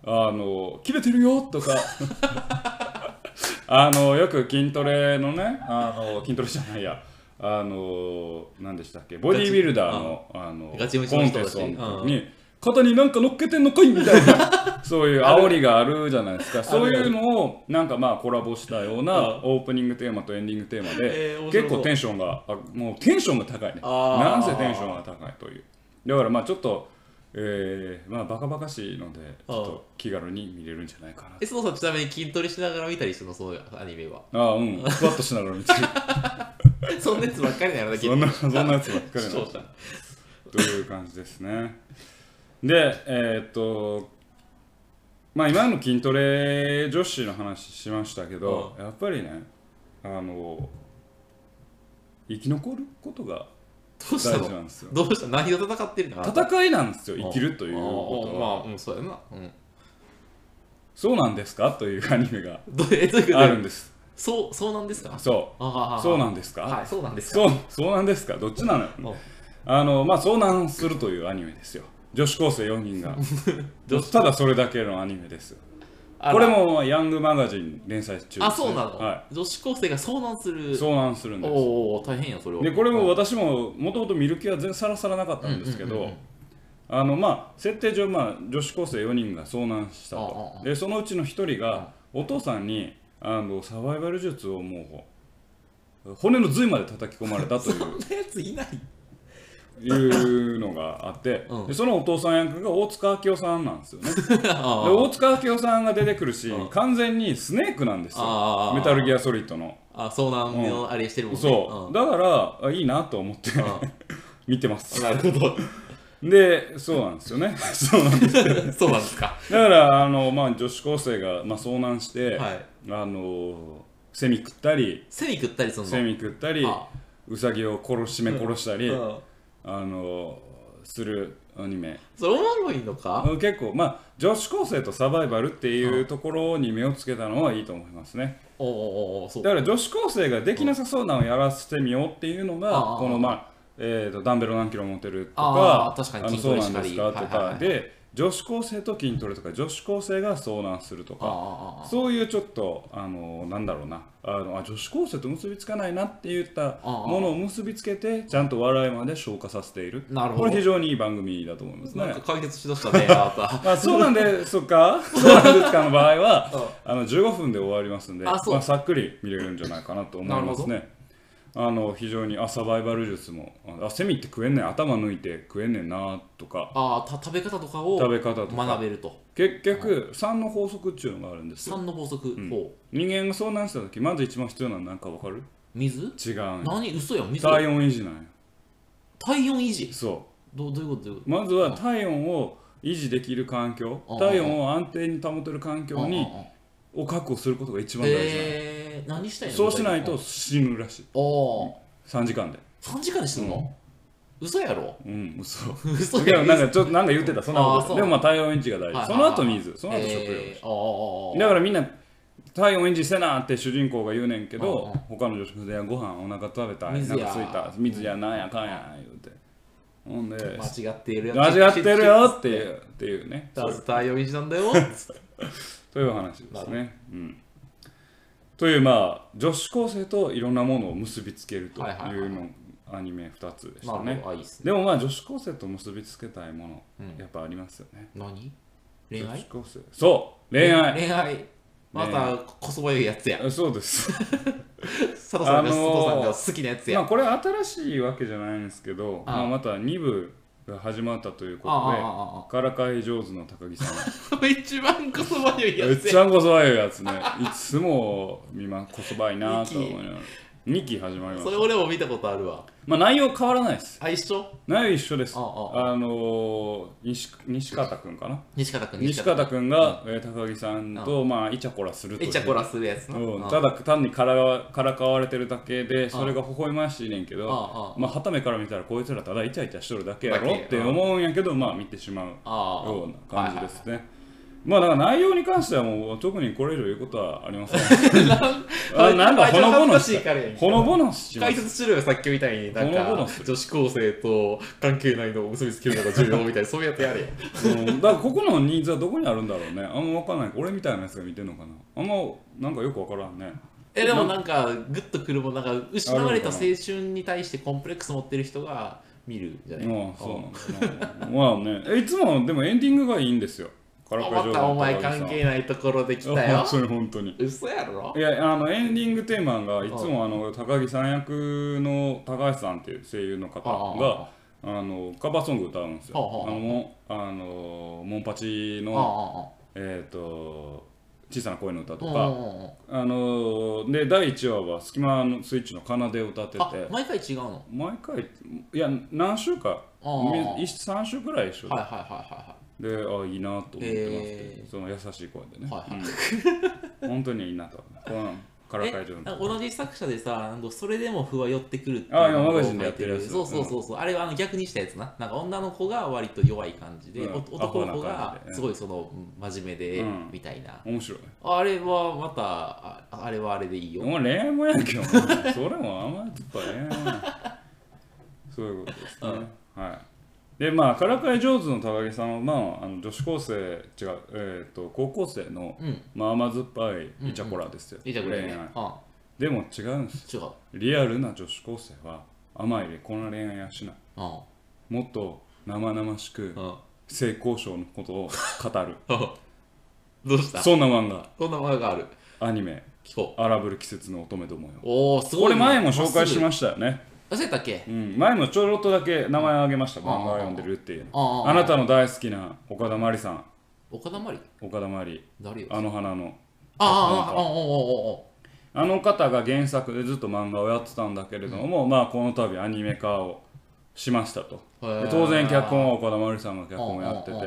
Speaker 2: あ
Speaker 1: あの切れてるよとか あのよく筋トレのねあの筋トレじゃないやあの何でしたっけボディービルダーのあの
Speaker 2: ガチムチ
Speaker 1: コ
Speaker 2: の
Speaker 1: ン
Speaker 2: 人
Speaker 1: テ
Speaker 2: た
Speaker 1: ス
Speaker 2: ち
Speaker 1: トの時に肩になんか乗っけてんのかいみたい なそういう煽りがあるじゃないですかそういうのをなんかまあコラボしたようなオープニングテーマとエンディングテーマで、
Speaker 2: えー面白そう
Speaker 1: 結構テンションがあもうテンションが高いね
Speaker 2: あー
Speaker 1: なんせテンションが高いというだからまあちょっとえー、まあバカバカしいのでちょっと気軽に見れるんじゃないかな
Speaker 2: え須藤さんちなみに筋トレしながら見たりするのそのアニメは
Speaker 1: ああうんふわっとしながら見てる
Speaker 2: そんなやつばっかりなのだけ
Speaker 1: そんなそんなやつばっかりな
Speaker 2: 視聴者
Speaker 1: という感じですねでえーっとまあ今の筋トレ女子の話しましたけど、やっぱりねあの生き残ることが
Speaker 2: どう
Speaker 1: 大
Speaker 2: した
Speaker 1: 事
Speaker 2: の
Speaker 1: なんですよ
Speaker 2: どうした何を戦ってるの
Speaker 1: 戦いなんですよ生きるということは
Speaker 2: まあうんそうやなうん
Speaker 1: そうなんですかというアニメが
Speaker 2: どうえどういうこと
Speaker 1: あるんです
Speaker 2: そうそうなんですか
Speaker 1: そ
Speaker 2: あ
Speaker 1: う
Speaker 2: あ
Speaker 1: そうなんんです
Speaker 2: は
Speaker 1: か
Speaker 2: いそうなんですか
Speaker 1: そうそうなんですかどっちなの
Speaker 2: うん
Speaker 1: あのまあ遭難するというアニメですよ女子高生4人 が
Speaker 2: 女子
Speaker 1: ただそれだけのアニメですよ
Speaker 2: あら
Speaker 1: これもヤングマガジン連載中です、
Speaker 2: あそうなの
Speaker 1: は
Speaker 2: 女子高生が遭難す
Speaker 1: い
Speaker 2: る
Speaker 1: 遭難するんで
Speaker 2: お
Speaker 1: す
Speaker 2: うおう大変やそれは
Speaker 1: でこれも私ももともと見る気は全さらさらなかったんですけ
Speaker 2: うんうんう
Speaker 1: ど
Speaker 2: んうん
Speaker 1: あのまあ設定上、まあ、女子高生4人が遭難したと
Speaker 2: あああ
Speaker 1: でそのうちの1人がお父さんにあのサバイバル術をもう骨の髄まで叩き込まれたとい
Speaker 2: そ
Speaker 1: うん
Speaker 2: なやつい ない
Speaker 1: いうのがあって、
Speaker 2: うん
Speaker 1: でそのお父さん役が大塚明夫さんなんですよねで
Speaker 2: ああ
Speaker 1: 大塚明夫さんが出てくるシーン、
Speaker 2: うん
Speaker 1: 完全にスネークなんですよ
Speaker 2: あー
Speaker 1: メタルギアソリッドの
Speaker 2: あ遭難のあれしてるもんね
Speaker 1: そう、だからあいいなと思って
Speaker 2: うんうん
Speaker 1: 見てます
Speaker 2: なるほど
Speaker 1: でそうなんですよね そうなんです
Speaker 2: そうなんで すか
Speaker 1: だからあの、まあ、女子高生が、まあ、遭難して、
Speaker 2: はい
Speaker 1: あのセミ食ったり
Speaker 2: セミ食ったりするの
Speaker 1: セミ食ったり
Speaker 2: あ
Speaker 1: ウサギを殺しめ殺したり、
Speaker 2: うん
Speaker 1: あのするアニメ
Speaker 2: それおもろいのか
Speaker 1: うん結構まあ女子高生とサバイバルっていうところに目をつけたのはいいと思いますね
Speaker 2: おうおうおうそう
Speaker 1: だから女子高生ができなさそうなのをやらせてみようっていうの
Speaker 2: あ
Speaker 1: が
Speaker 2: あ
Speaker 1: このまあえー、とダンベル何キロ持てると
Speaker 2: あ
Speaker 1: か
Speaker 2: あ確かに
Speaker 1: あの
Speaker 2: 筋
Speaker 1: そう
Speaker 2: トレ
Speaker 1: な
Speaker 2: し
Speaker 1: ん
Speaker 2: か
Speaker 1: で
Speaker 2: り
Speaker 1: すかと
Speaker 2: はいはい
Speaker 1: か
Speaker 2: はい
Speaker 1: で女子高生と筋トレとか女子高生が遭難すると
Speaker 2: ああ
Speaker 1: か
Speaker 2: ああ
Speaker 1: そういうちょっとあのなんだろうなあのあ女子高生と結びつかないなって言ったものを結びつけてちゃんと笑いまで消化させている
Speaker 2: なるほど
Speaker 1: これ非常にいい番組だと思います
Speaker 2: なん
Speaker 1: ね
Speaker 2: か。解決しだしたね、あな
Speaker 1: まあ、そうなんでそっかそうなんですかの場合はあの15分で終わりますんで
Speaker 2: あそう
Speaker 1: まあ、さっくり見れるんじゃないかなと思いますねあの非常にあサバイバル術もあセミって食えんねん頭抜いて食えんねんなとか
Speaker 2: た。ああ、た食べ方とかを
Speaker 1: 食べ方とか
Speaker 2: 学べると。
Speaker 1: 結局3の法則っていうのがあるんですよ
Speaker 2: 3の法則、ほ
Speaker 1: 人間が遭難した時まず一番必要なのなんかわかる
Speaker 2: う水
Speaker 1: 違うんよ
Speaker 2: 何嘘やん、水。
Speaker 1: 体温維持なんよ
Speaker 2: 体温維持
Speaker 1: そ
Speaker 2: どうどういうことどういうこ
Speaker 1: うまずは体温を維持できる環境
Speaker 2: あ
Speaker 1: 体温を安定に保てる環境
Speaker 2: と
Speaker 1: に
Speaker 2: あああ
Speaker 1: を確保することが一
Speaker 2: あ
Speaker 1: 番大事なんよ
Speaker 2: へえー、何したいの
Speaker 1: そうしない
Speaker 2: あ
Speaker 1: と死ぬらしい
Speaker 2: あ、
Speaker 1: 3時間で
Speaker 2: 3時間で死ぬの、嘘やろ
Speaker 1: うん嘘
Speaker 2: 嘘
Speaker 1: で
Speaker 2: や
Speaker 1: も
Speaker 2: ろ
Speaker 1: なんかちょっとなんか言ってたそんな
Speaker 2: あ
Speaker 1: こ
Speaker 2: ーそ
Speaker 1: と
Speaker 2: う
Speaker 1: でもまあ体温維持が
Speaker 2: は
Speaker 1: 大
Speaker 2: いはいはい
Speaker 1: 事その後水その後食料、
Speaker 2: えー、ああああああ
Speaker 1: だからみんな体温維持せなって主人公が言うねんけ
Speaker 2: うん
Speaker 1: ど
Speaker 2: うん
Speaker 1: 他の女子高生はご飯お腹食べたい
Speaker 2: 水
Speaker 1: なん
Speaker 2: や
Speaker 1: かついた水やなんやかんや言うてほんで
Speaker 2: 間違っているやつ
Speaker 1: 間違ってるよっていうっていうね
Speaker 2: ダズ太陽維持なんだよ
Speaker 1: という話ですねうんというまあ女子高生といろんなものを結びつけると
Speaker 2: はいはい
Speaker 1: い
Speaker 2: は
Speaker 1: う
Speaker 2: い
Speaker 1: のアニメ2つでし
Speaker 2: な
Speaker 1: た
Speaker 2: る
Speaker 1: ね
Speaker 2: ほどあいいっすね
Speaker 1: でもまあ女子高生と結びつけたいもの、
Speaker 2: うん
Speaker 1: やっぱありますよね
Speaker 2: 何恋
Speaker 1: 女子
Speaker 2: 愛
Speaker 1: 高生そう恋愛
Speaker 2: 恋愛またこそばゆいやつや
Speaker 1: そうです
Speaker 2: 佐藤さんが
Speaker 1: あのー
Speaker 2: 佐藤さんが好きなやつ
Speaker 1: まあ
Speaker 2: や
Speaker 1: これ新しいわけじゃないんですけど
Speaker 2: ああ
Speaker 1: まあ、また2部が始まったというこ
Speaker 2: ああああ
Speaker 1: と
Speaker 2: ああ
Speaker 1: でからかい上手の高木さん
Speaker 2: 一番こそばゆいや
Speaker 1: う
Speaker 2: つ
Speaker 1: ち
Speaker 2: や
Speaker 1: はこそばいやつねいつも見まこそばいなと思いながら2期始まりま
Speaker 2: そ
Speaker 1: し
Speaker 2: れ
Speaker 1: た
Speaker 2: 俺も見たことあるわ
Speaker 1: まあ内容変わらないです
Speaker 2: あ一緒
Speaker 1: 内容一緒です
Speaker 2: あ
Speaker 1: あ
Speaker 2: あ
Speaker 1: のー西西方君かな
Speaker 2: 西方君
Speaker 1: 西方君が、えー高木さんと、まあイチャコラするとい
Speaker 2: イ
Speaker 1: う
Speaker 2: チャコラするやつな
Speaker 1: うん、
Speaker 2: あ
Speaker 1: ただ単にからわからかわれてるだけでそれが微笑ましいねんけど
Speaker 2: ああ
Speaker 1: まあはためから見たらこいつらただイチャイチャしとるだけや
Speaker 2: だ
Speaker 1: ろ
Speaker 2: け
Speaker 1: って思うんやけどまあ見てしまうよ
Speaker 2: ああ
Speaker 1: うな感じですね。まあだから内容に関してはもう特にこれ以上言うことはありません。 あなんかほのぼの
Speaker 2: 恥ずかしいからやん
Speaker 1: ほのぼのしま
Speaker 2: 解
Speaker 1: す。
Speaker 2: 説しろよさっきみたいになん
Speaker 1: ほのぼ
Speaker 2: か
Speaker 1: のする
Speaker 2: 女子高生と関係ないのを結びつけるのが重要みたいなそういうやつやれよ
Speaker 1: うん、だからここのニーズはどこにあるんだろうね。あんま分かんない。俺みたいなやつが見てんのかな。あんまなんかよく分からんね。
Speaker 2: えでもなんかグッとくるもんなんか失われた青春に対してコンプレックス持ってる人が見るんじゃない
Speaker 1: まあそうなんだなまあねえいつもでもエンディングがいいんですよカ
Speaker 2: あまたお前関係ないところで来たよ
Speaker 1: 本当に本当に
Speaker 2: 嘘やろ
Speaker 1: いやあのエンディングテーマがいつもあの高木さん役の高橋さんっていう声優の方があのカバーソング歌うんですよ
Speaker 2: あ
Speaker 1: あ
Speaker 2: ああ
Speaker 1: のもあのモンパチ
Speaker 2: あ
Speaker 1: の
Speaker 2: あ
Speaker 1: えっと小さな声の歌と
Speaker 2: ああ
Speaker 1: かあので第1話は「スキマのスイッチ」の奏でを歌って
Speaker 2: あ
Speaker 1: て
Speaker 2: 毎回違うの
Speaker 1: 毎回いや何週か
Speaker 2: ああ
Speaker 1: 3週くらい一緒で
Speaker 2: はいはいはいはいはい
Speaker 1: であいいなと思ってますけど、
Speaker 2: へー
Speaker 1: その優しい声でね、
Speaker 2: はいは
Speaker 1: うん本当にいいなとこのからかい上
Speaker 2: え
Speaker 1: 手
Speaker 2: なんか同じ作者でさ、なんかそれでも不は寄ってくるって
Speaker 1: あ今
Speaker 2: のを
Speaker 1: マガジンでやってるやつ
Speaker 2: そうそうそうそう、あれはあの逆にしたやつな。なんか女の子が割と弱い感じで、
Speaker 1: うん
Speaker 2: お男の子
Speaker 1: アホな
Speaker 2: が
Speaker 1: 感じです
Speaker 2: ごいその真面目で
Speaker 1: うん
Speaker 2: みたいな。
Speaker 1: 面白い
Speaker 2: あれはまたあ、あれはあれでいい
Speaker 1: お
Speaker 2: よ。
Speaker 1: 前恋愛もんやんけお前それもあんまりやっぱ恋愛もんやそういうことですね、はいでまあからかい上手の高木さんは、まあ、あの女子高生違う、えー、と高校生の、
Speaker 2: うん
Speaker 1: まあ、甘酸っぱいイチャコラですよ、
Speaker 2: いいじゃん、これね。
Speaker 1: 恋愛
Speaker 2: あ
Speaker 1: でも違うんです
Speaker 2: 違う。
Speaker 1: リアルな女子高生は甘いでこんな恋愛はしない
Speaker 2: あ
Speaker 1: もっと生々しく
Speaker 2: あ
Speaker 1: 性交渉のことを語る
Speaker 2: どうした
Speaker 1: そんな漫画
Speaker 2: こんな漫画がある。
Speaker 1: アニメ
Speaker 2: 聞こ
Speaker 1: 「荒ぶる季節の乙女どもよ
Speaker 2: う。」おお、す
Speaker 1: こ
Speaker 2: ごいね。
Speaker 1: れ前も紹介し
Speaker 2: し
Speaker 1: ましたよね、
Speaker 2: た。忘れたっけ
Speaker 1: うん、前もちょろっとだけ名前を挙げました
Speaker 2: ん
Speaker 1: 漫画を読んでるっていう
Speaker 2: ああああ
Speaker 1: あなたの大好きな岡田真理さん
Speaker 2: 岡田まり
Speaker 1: 岡田真理
Speaker 2: 誰よ。あ
Speaker 1: あの花の
Speaker 2: あ、ああ、ああ、ああ、ああ、あ
Speaker 1: あの方が原作でずっと漫画をやってたんだけれども、まあこの度アニメ化をしましたと
Speaker 2: ああ
Speaker 1: で当然脚本は岡田真理さんが脚
Speaker 2: 脚
Speaker 1: 本をやってて、
Speaker 2: て。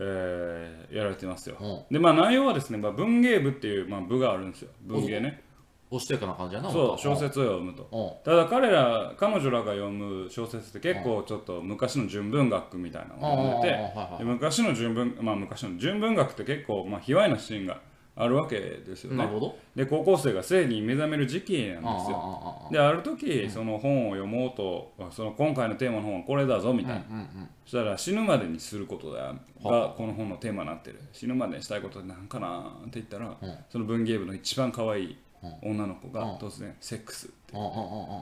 Speaker 1: えーやられてますよ、
Speaker 2: うん
Speaker 1: でまあ内容はですね、まあ、文芸部っていう、まあ、部があるんですよ文芸ね
Speaker 2: おしとやかな感じやな。
Speaker 1: そう
Speaker 2: なん
Speaker 1: 小
Speaker 2: か
Speaker 1: 説を読むと
Speaker 2: うん
Speaker 1: ただ彼ら彼女らが読む小説って結構ちょっと昔の純文学みたいなのを読んで
Speaker 2: うんうんうんうんはいは
Speaker 1: て
Speaker 2: い
Speaker 1: で昔の純文まあ昔の純文学って結構まあ卑猥なシーンがあるわけですよね、
Speaker 2: なるほど。
Speaker 1: で高校生が性に目覚める時期なん
Speaker 2: あああ
Speaker 1: ですよ
Speaker 2: あああ
Speaker 1: である時その本を読もうとあその今回のテーマの本はこれだぞみたいな、
Speaker 2: うんうん
Speaker 1: そしたら死ぬまでにすることだ
Speaker 2: は
Speaker 1: がこの本のテーマになってる死ぬまでにしたいことって何かなって言ったら、
Speaker 2: うん
Speaker 1: その文芸部の一番可愛い女の子
Speaker 2: うん
Speaker 1: が突然セックス
Speaker 2: うん。ああああ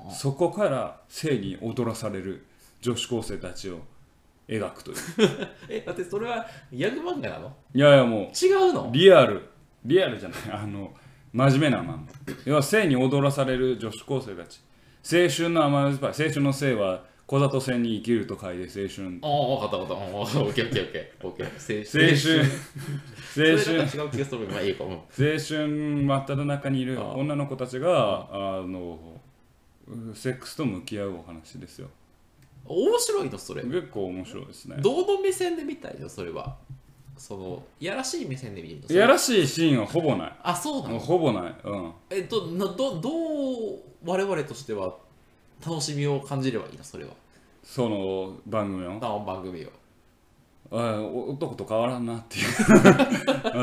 Speaker 2: ああ
Speaker 1: そこから性に踊らされる女子高生たちを描くという
Speaker 2: え、だってそれはギャグ漫画なの
Speaker 1: いやいやも
Speaker 2: 違う
Speaker 1: う
Speaker 2: の
Speaker 1: リアルリアルじゃないあの真面目な漫画要は性に踊らされる女子高生たち青春の甘酸っぱい青春の性は小里線に生きると書いて青春
Speaker 2: ああ、わかったわかった。ああ、オッケーオッケーオッケー。オッケー。
Speaker 1: 青春青
Speaker 2: それ
Speaker 1: 春
Speaker 2: なんか違う気がするけど、まあいいか。うん
Speaker 1: 青春真っ只中にいる
Speaker 2: ああ
Speaker 1: 女の子たちがあのセックスと向き合うお話ですよ
Speaker 2: 面白いの、それ。
Speaker 1: 結構面白いですね
Speaker 2: どの目線で見たいの、それは。その、いやらしい目線で見るの。そ
Speaker 1: い
Speaker 2: れ
Speaker 1: やらしいシーンはほぼない
Speaker 2: あ、そうなの
Speaker 1: ほぼないうん
Speaker 2: えどなどどう我々としては楽しみを感じればいいのそれは
Speaker 1: その番組の
Speaker 2: あ番組を
Speaker 1: あお男と変わらんなっていう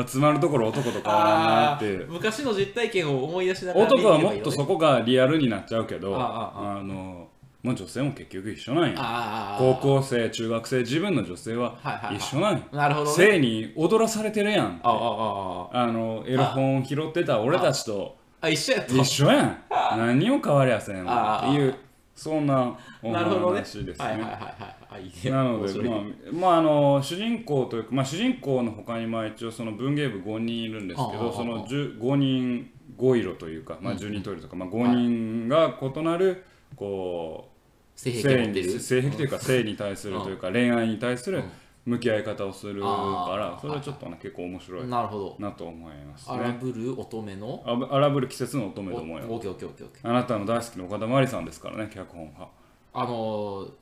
Speaker 1: 詰まるところ男と変わらんな
Speaker 2: あ
Speaker 1: ってい
Speaker 2: ー
Speaker 1: う
Speaker 2: 昔の実体験を思い出しながら見て
Speaker 1: 男はもっ
Speaker 2: い
Speaker 1: と
Speaker 2: けばいいよ
Speaker 1: そ
Speaker 2: ね
Speaker 1: こがリアルになっちゃうけど
Speaker 2: ああ
Speaker 1: あのまあ女性も結局一緒なんや
Speaker 2: あー
Speaker 1: 高校生中学生自分の女性は
Speaker 2: はいはいはい
Speaker 1: 一緒なんや
Speaker 2: なるほどね
Speaker 1: 性に踊らされてるやん
Speaker 2: ああああ
Speaker 1: あのエロ本拾ってた俺たちと
Speaker 2: あ一緒やと
Speaker 1: 一緒やん何にも変わりやせんわ
Speaker 2: あ
Speaker 1: っていうそんなお
Speaker 2: なるほどね
Speaker 1: 話です
Speaker 2: はいはいはい
Speaker 1: ね。
Speaker 2: はいあいいね
Speaker 1: なの
Speaker 2: 面
Speaker 1: で、
Speaker 2: 白い
Speaker 1: まあまあ、あの主人公というか、まあ、主人公の他にまあ一応その文芸部5人いるんですけ
Speaker 2: あああ
Speaker 1: ど
Speaker 2: あ
Speaker 1: その10 5人5色というか、まあ、12トイレとか、まあ、5人が異なるこう
Speaker 2: 性癖を持って
Speaker 1: に
Speaker 2: る
Speaker 1: 性癖というか性に対するというか恋愛に対する向き合い方をするか
Speaker 2: ああ
Speaker 1: らそれはちょっとね結構面白い
Speaker 2: なるほど
Speaker 1: なと思います
Speaker 2: 荒
Speaker 1: ね。
Speaker 2: ぶる乙女の
Speaker 1: あぶ荒ぶる季節の乙
Speaker 2: お
Speaker 1: 女
Speaker 2: オ
Speaker 1: ども
Speaker 2: ッケー
Speaker 1: よ。
Speaker 2: オッケーオッケーオッケー
Speaker 1: あなたの大好きな岡田真理さんですからね、脚本家。
Speaker 2: あのー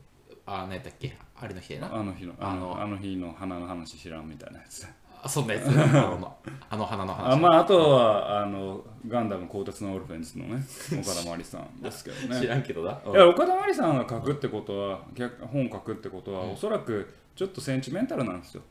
Speaker 2: あ何やったっけあれの日やな
Speaker 1: あの日の、あ
Speaker 2: あ
Speaker 1: の
Speaker 2: の
Speaker 1: あの日の花の話知らんみたいなやつ。
Speaker 2: あそ んなやつあのあの花の
Speaker 1: あ
Speaker 2: 話
Speaker 1: まあ、あとは、あの、ガンダム鋼鉄のオルフェンズの ね、岡田真理さんですけど
Speaker 2: 知
Speaker 1: ね。
Speaker 2: らんけどない
Speaker 1: や、岡田真理さんが書くってことは、脚本書くってことは、おそらくちょっとセンチメンタルなんですよ。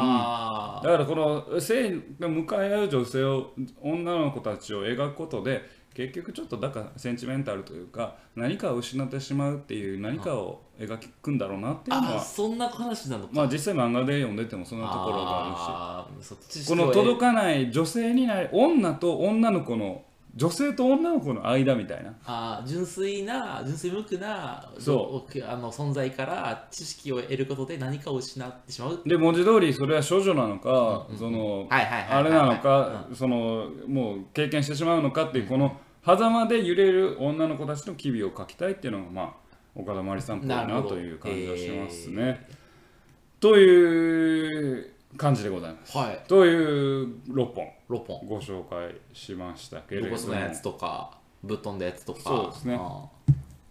Speaker 2: あ
Speaker 1: だからこの性が向かい合う女性を女の子たちを描くことで結局ちょっとだからセンチメンタルというか何かを失ってしまうっていう何かを描くんだろうなっていうの
Speaker 2: ああ
Speaker 1: は
Speaker 2: そんな話なのか
Speaker 1: まあ実際漫画で読んでてもそんなところがあ
Speaker 2: あるしそっ
Speaker 1: る
Speaker 2: ち
Speaker 1: しこの
Speaker 2: く
Speaker 1: 届かない女性になり女と女の子の女性と女の子の間みたいな
Speaker 2: あー純粋な純粋無垢な
Speaker 1: そ
Speaker 2: あの存在から知識を得ることで何かを失ってしまう
Speaker 1: で文字通りそれは少女なのかその
Speaker 2: はいはいはいはい
Speaker 1: あれなのかそのもう経験してしまうのかっていうこの狭間で揺れる女の子たちの機微を描きたいっていうのがまあ岡田真理さんっぽい
Speaker 2: なるほ
Speaker 1: な
Speaker 2: ど
Speaker 1: という感じがしますね。という感じでございます。
Speaker 2: はい
Speaker 1: という6本
Speaker 2: 6本
Speaker 1: ご紹介しましたけれど
Speaker 2: ロボ
Speaker 1: も
Speaker 2: スのやつとかぶっ飛んだやつとか
Speaker 1: そうですね
Speaker 2: あ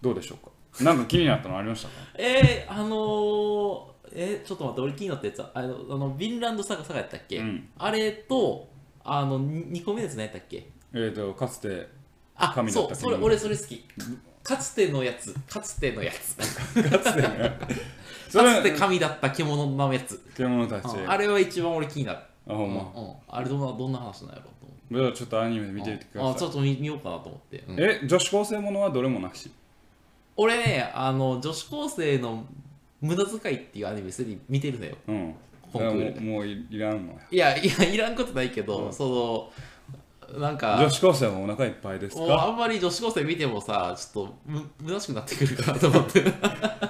Speaker 1: どうでしょうかなんか気になったのありましたか
Speaker 2: ーえー、あのーえーちょっと待って俺気になったやつあのあのビンランドサガサガやったっけ、
Speaker 1: うん
Speaker 2: あれとあの2個目ですねやったっけ
Speaker 1: えっとかつて
Speaker 2: あ
Speaker 1: 神だ
Speaker 2: そ
Speaker 1: っ
Speaker 2: う
Speaker 1: た
Speaker 2: それ
Speaker 1: 君
Speaker 2: 俺それ好きかつてのやつかつてのやつか
Speaker 1: かつてのや つそ
Speaker 2: つて
Speaker 1: れ
Speaker 2: 神だった獣のやつ
Speaker 1: 獣たち
Speaker 2: うんあ
Speaker 1: あ
Speaker 2: れは一番俺気になる
Speaker 1: ほ
Speaker 2: うんん
Speaker 1: ま
Speaker 2: うんあれどんなどんな話なんやろうと
Speaker 1: じ
Speaker 2: 思って
Speaker 1: ゃあちょっとアニメ見てみてくだ
Speaker 2: あち
Speaker 1: さ
Speaker 2: ょ
Speaker 1: い
Speaker 2: っと見見ようかなと思って、うん
Speaker 1: え女子高生ものはどれもなし
Speaker 2: 俺ねあの女子高生の無駄遣いっていうアニメすでに見てるのよ
Speaker 1: うん。
Speaker 2: コンクールで
Speaker 1: だからもうもういらんのよ。
Speaker 2: いやいやいらんことないけど、そのなんか
Speaker 1: 女子高生はお腹いっぱいです
Speaker 2: もうあ
Speaker 1: か
Speaker 2: んまり女子高生見てもさちょっとむ虚しくなってくるかなと思って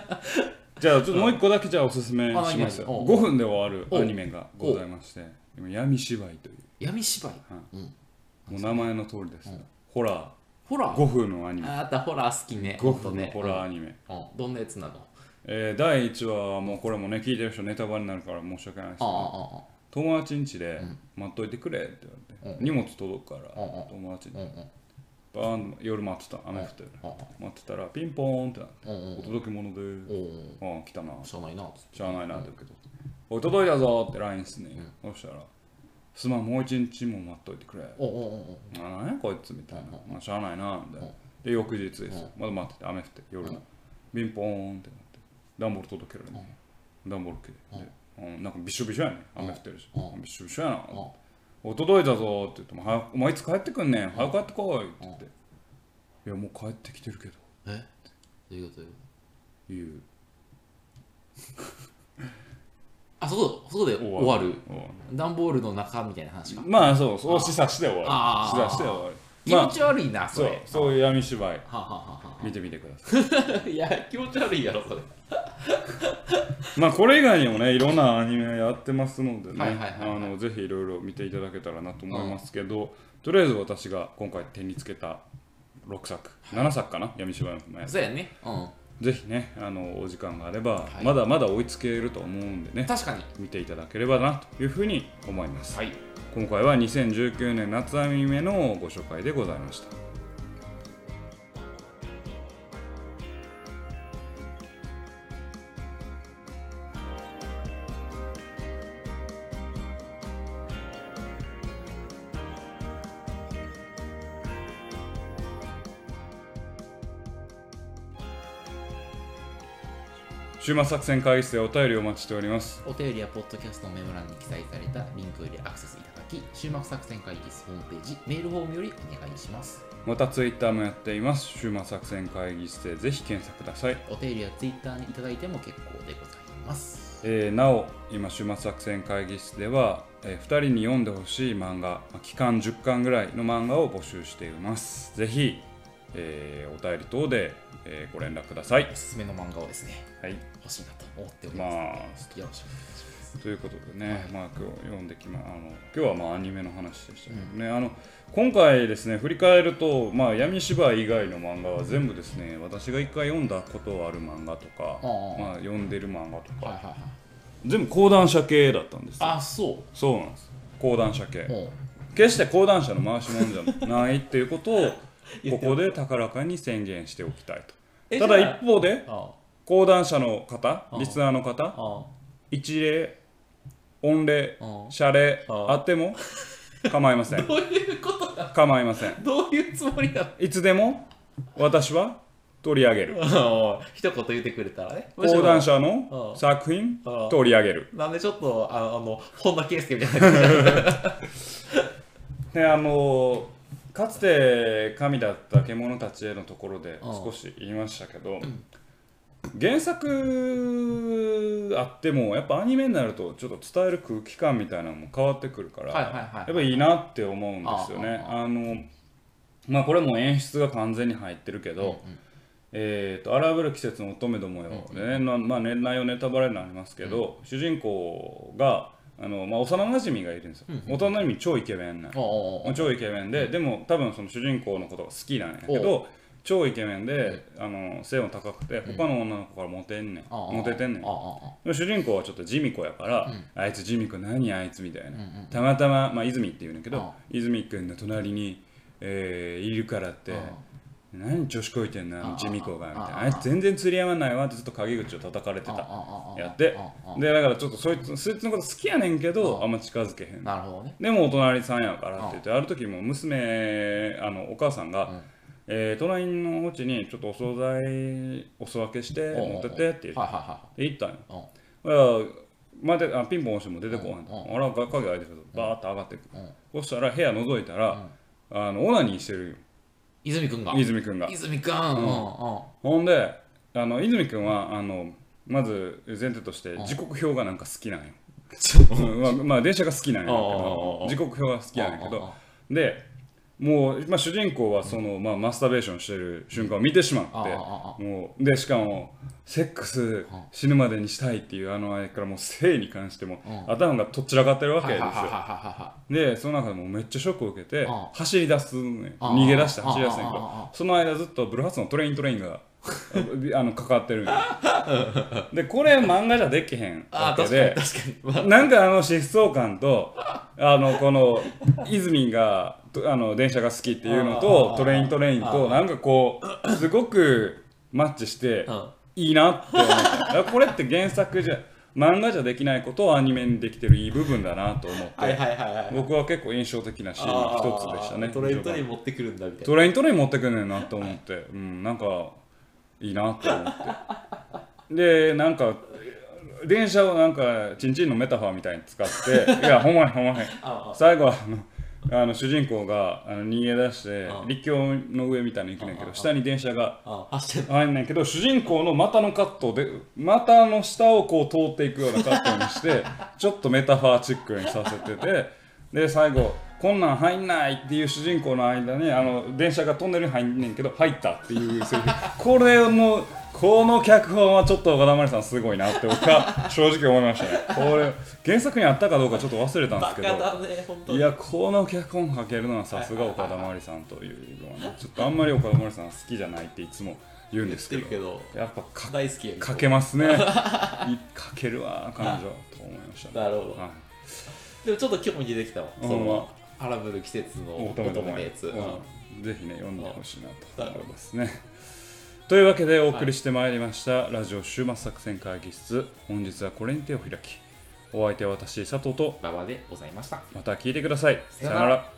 Speaker 1: じゃあちょっともう一個だけじゃあおすすめ
Speaker 2: あ
Speaker 1: しますよ。
Speaker 2: 何々おう
Speaker 1: 5分で終わるアニメがございまして、今闇芝居という、
Speaker 2: 闇芝居、うん、
Speaker 1: もう名前の通りですよ。ホラ
Speaker 2: ホラ
Speaker 1: ー、
Speaker 2: ー
Speaker 1: 5分のアニメ。
Speaker 2: ああったホラー好きね
Speaker 1: 5
Speaker 2: ほん
Speaker 1: 分
Speaker 2: と
Speaker 1: の
Speaker 2: ね
Speaker 1: ホラーアニメ。
Speaker 2: うんうんどんなやつなの
Speaker 1: えー第1話はもうこれもね、聞いてる人ネタバレになるから申し訳ないですけ
Speaker 2: ああ
Speaker 1: ど、
Speaker 2: ああ
Speaker 1: 友達ん家で待っといてくれって言われて、荷物届くから
Speaker 2: うんうん
Speaker 1: 友達
Speaker 2: うん
Speaker 1: に。バーン夜待ってた、雨降ってる。待ってたらピンポーンってなって、
Speaker 2: うんうん
Speaker 1: お届け物で
Speaker 2: うんうん
Speaker 1: ああ来たな
Speaker 2: うんしゃあないな
Speaker 1: しゃあないなって言うけど「おい届いたぞ」って LINE っすね、そしたら「すまんもう一日も待っといてくれ」
Speaker 2: おおおお
Speaker 1: あなんやこいつ」みたいな「まあ、しゃあないな」みたいなで翌日ですよまだ待ってて雨降って夜のビンポーンってなって段ボール届けられるね段ボール来てでうんなんかびしょびしょやね雨降ってるしびしょびしょやな
Speaker 2: うん
Speaker 1: おとといだぞ」って言っても「はお前いつ帰ってくんねん早く帰ってこい」って言って「いやもう帰ってきてるけど
Speaker 2: えどういうことよ」
Speaker 1: 言う
Speaker 2: あそこそこで終わる
Speaker 1: 終わ
Speaker 2: 段ボールの中みたいな話か
Speaker 1: るまあそうそう示唆して終わ
Speaker 2: あ
Speaker 1: る
Speaker 2: ー
Speaker 1: 示唆して終わる
Speaker 2: 気
Speaker 1: ま
Speaker 2: 持
Speaker 1: あ
Speaker 2: ち悪いなそ
Speaker 1: そ
Speaker 2: れ
Speaker 1: うそういう闇芝居
Speaker 2: はあはあはあは
Speaker 1: 見てみてくださ
Speaker 2: あ いや気持ち悪いやろそれ
Speaker 1: いまあこれ以外にもねいろんなアニメやってますのでね
Speaker 2: はいはいはいはい
Speaker 1: あのぜひいろいろ見ていただけたらなと思いますけどとりあえず私が今回手につけた6作7作かな闇芝居の前
Speaker 2: そうやねう
Speaker 1: ぜひねあのお時間があれば、
Speaker 2: はい
Speaker 1: まだまだ追いつけると思うんでね
Speaker 2: ん確かに
Speaker 1: 見ていただければなというふうに思います、
Speaker 2: はい
Speaker 1: 今回は2019年夏アニメのご紹介でございました週末作戦会議室でお便りをお待ちしております
Speaker 2: お便りやポッドキャストのメモ欄に記載されたリンクよりアクセスいただき終幕作戦会議室ホームページメールフォームよりお願いします
Speaker 1: またツイッターもやっています週末作戦会議室でぜひ検索ください
Speaker 2: お便りやツイッターにいただいても結構でございます
Speaker 1: えーなお今週末作戦会議室では、え2人に読んでほしい漫画まあ期間10巻ぐらいの漫画を募集していますぜひ、えーお便り等で、えーご連絡ください
Speaker 2: お、すすめの漫画をですね
Speaker 1: はい
Speaker 2: 欲しいなと思っており
Speaker 1: ま
Speaker 2: ます、
Speaker 1: あ、
Speaker 2: よろしくお願いします
Speaker 1: ということでね、まあ、今日読んできまあの今日はまあアニメの話でしたけどね、あの今回ですね振り返ると、まあ、闇芝居以外の漫画は全部ですね私が一回読んだことある漫画とか、
Speaker 2: ああ
Speaker 1: まあ、読んでる漫画とか、
Speaker 2: はいはいはい
Speaker 1: 全部講談社系だったんですよ
Speaker 2: あそ
Speaker 1: そうなんです講談社系
Speaker 2: うも
Speaker 1: 決して講談社の回しもんじゃないっていうことを
Speaker 2: 言
Speaker 1: こ
Speaker 2: って
Speaker 1: こで高らかに宣言しておきたいと
Speaker 2: え
Speaker 1: ただ
Speaker 2: じゃあ
Speaker 1: 一方で
Speaker 2: うあ
Speaker 1: 講談社の方
Speaker 2: うん
Speaker 1: リスナーの方
Speaker 2: あ
Speaker 1: 一礼御礼
Speaker 2: うん
Speaker 1: 謝礼
Speaker 2: うん
Speaker 1: あっても構いません
Speaker 2: どういうことだ
Speaker 1: 構いません
Speaker 2: どういうつもりだ
Speaker 1: いつでも私は取り上げる
Speaker 2: おい一言言ってくれたらね
Speaker 1: 講談
Speaker 2: 社
Speaker 1: 社の
Speaker 2: うん
Speaker 1: 作品
Speaker 2: うん
Speaker 1: 取り上げる
Speaker 2: なんでちょっとああの本田圭佑みたいな感じ
Speaker 1: ねあのかつて神だった獣たちへのところで
Speaker 2: うん
Speaker 1: 少し言いましたけど、原作あってもやっぱアニメになるとちょっと伝える空気感みたいなのも変わってくるから、
Speaker 2: はいはいはい
Speaker 1: やっぱいいなって思うんですよね。
Speaker 2: あ
Speaker 1: あのまあこれも演出が完全に入ってるけど、えー、と荒ぶる季節の乙女どもよ、でねなまあ、年内をネタバレになりますけど、主人公があの、まあ、幼なじみがいるんですよ、幼なじみ超イケメンなん
Speaker 2: おおお
Speaker 1: もう超イケメンで、でも多分その主人公のことが好きなんやけど超イケメンで、あの背も高くて他の女の子からモテんねん、
Speaker 2: ああ
Speaker 1: モテてんねん
Speaker 2: ああ
Speaker 1: でも主人公はちょっとジミ子やから、あいつジミ子何あいつみたいな、たまたま、まあ、泉っていうんだけど、
Speaker 2: ああ
Speaker 1: 泉君の隣に、えーいるからって、
Speaker 2: ああ
Speaker 1: 何調子こいてんなあのジミ子がみたい
Speaker 2: あ
Speaker 1: な
Speaker 2: あ
Speaker 1: あいつ全然釣り合わないわってずっと陰口を叩かれて
Speaker 2: ああ
Speaker 1: た
Speaker 2: ああ
Speaker 1: やって
Speaker 2: あああ
Speaker 1: でだからちょっとそいつそいつのこと好きやねんけどあんま近づけへん
Speaker 2: なるほどね
Speaker 1: でもお隣さんやからって言ってある時も娘あのお母さんが、えー隣のお家にちょっとお惣菜お裾分けして
Speaker 2: うんうんうん
Speaker 1: 持ってってって言って
Speaker 2: はいは
Speaker 1: で行ったんよ
Speaker 2: いはい
Speaker 1: いやまてあピンポン押しても出てこないと、
Speaker 2: う
Speaker 1: あらが影開いてるとバーッと上がってくる、
Speaker 2: うん
Speaker 1: そしたら部屋覗いたら、あのオナニーしてるよ
Speaker 2: 泉くんが
Speaker 1: 泉くんが
Speaker 2: 泉くんうんうん
Speaker 1: ほんであの泉くんはあのまず前提として時刻表がなんか好きなんよ、
Speaker 2: ちょっと
Speaker 1: うんまあ、まあ電車が好きなんやけ
Speaker 2: うんうんうんう
Speaker 1: ど
Speaker 2: ん
Speaker 1: 時刻表が好きなんやけ
Speaker 2: うんうん
Speaker 1: どでもう、まあ、主人公はその、まあ、マスターベーションしてる瞬間を見てしまって
Speaker 2: う
Speaker 1: もうでしかもセックス死ぬまでにしたいっていうあのあれからもう性に関しても
Speaker 2: う
Speaker 1: 頭がとっちらかってるわけで
Speaker 2: はい
Speaker 1: す
Speaker 2: はい
Speaker 1: よ
Speaker 2: はいはいは
Speaker 1: でその中でもうめっちゃショックを受けて
Speaker 2: うん
Speaker 1: 走り出すね
Speaker 2: うん
Speaker 1: 逃げ出して走り出すねんけ
Speaker 2: うんうんうんうん
Speaker 1: どその間ずっとブルーハーツのトレイントレインがあのかかってるんよでこれ漫画じゃできへん
Speaker 2: あ
Speaker 1: わ
Speaker 2: あ
Speaker 1: け
Speaker 2: 確か
Speaker 1: で
Speaker 2: に確かにまあ
Speaker 1: なんかあの疾走感とあのこの泉がとあの電車が好きっていうの
Speaker 2: あ
Speaker 1: と
Speaker 2: ー
Speaker 1: トレイントレインとなんかこうすごくマッチして
Speaker 2: うん
Speaker 1: いいなって思っただからこれって 原作じゃ漫画じゃできないことをアニメにできてるいい部分だなと思っ
Speaker 2: はい
Speaker 1: て
Speaker 2: はいはいはい
Speaker 1: 僕は結構印象的なシーン
Speaker 2: あ
Speaker 1: の
Speaker 2: あ
Speaker 1: 一つでしたね
Speaker 2: トレントに持ってくるんだみたいな
Speaker 1: トレイントレイン持ってくんねんなと思って、うん、なんかいいなと思ってでなんか電車をなんかチンチンのメタファーみたいに使って いやほんまやほんまや
Speaker 2: ああ
Speaker 1: 最後はあのあの主人公があの逃げ出して
Speaker 2: あ
Speaker 1: 陸橋の上みたいに行くねんけ
Speaker 2: あ
Speaker 1: ど
Speaker 2: あ
Speaker 1: 下に電車が
Speaker 2: ああ走って
Speaker 1: 入んねんけど主人公の股のカットで股の下をこう通っていくようなカットにして ちょっとメタファーチックにさせててで最後こんなん入んないっていう主人公の間にあの電車がトンネルに入んねんけど入ったっていうセリフこれのこの脚本はちょっと岡田真理さんすごいなって僕は正直思いましたねこれ原作にあったかどうかちょっと忘れたんですけど
Speaker 2: ね本
Speaker 1: いやこの脚本かけるのはさすが岡田真理さんというのは ねちょっとあんまり岡田真理さん好きじゃないっていつも言うんですけ ど
Speaker 2: ど
Speaker 1: やっぱか
Speaker 2: 大好きや
Speaker 1: かけます ねいかけるわ彼女と思いましたね
Speaker 2: なるほど
Speaker 1: はい
Speaker 2: でもちょっと興味出てきたわ
Speaker 1: うん
Speaker 2: その荒ぶる季節の
Speaker 1: お乙
Speaker 2: 乙
Speaker 1: 女
Speaker 2: 女
Speaker 1: と
Speaker 2: の
Speaker 1: も
Speaker 2: やつ、
Speaker 1: うんぜひね読んでほしいなと思いますねというわけでお送りしてまいりました、ラジオ終末作戦会議室本日はこれに手を開きお相手は私佐藤と
Speaker 2: 馬場でございました
Speaker 1: また聞いてください
Speaker 2: さよなら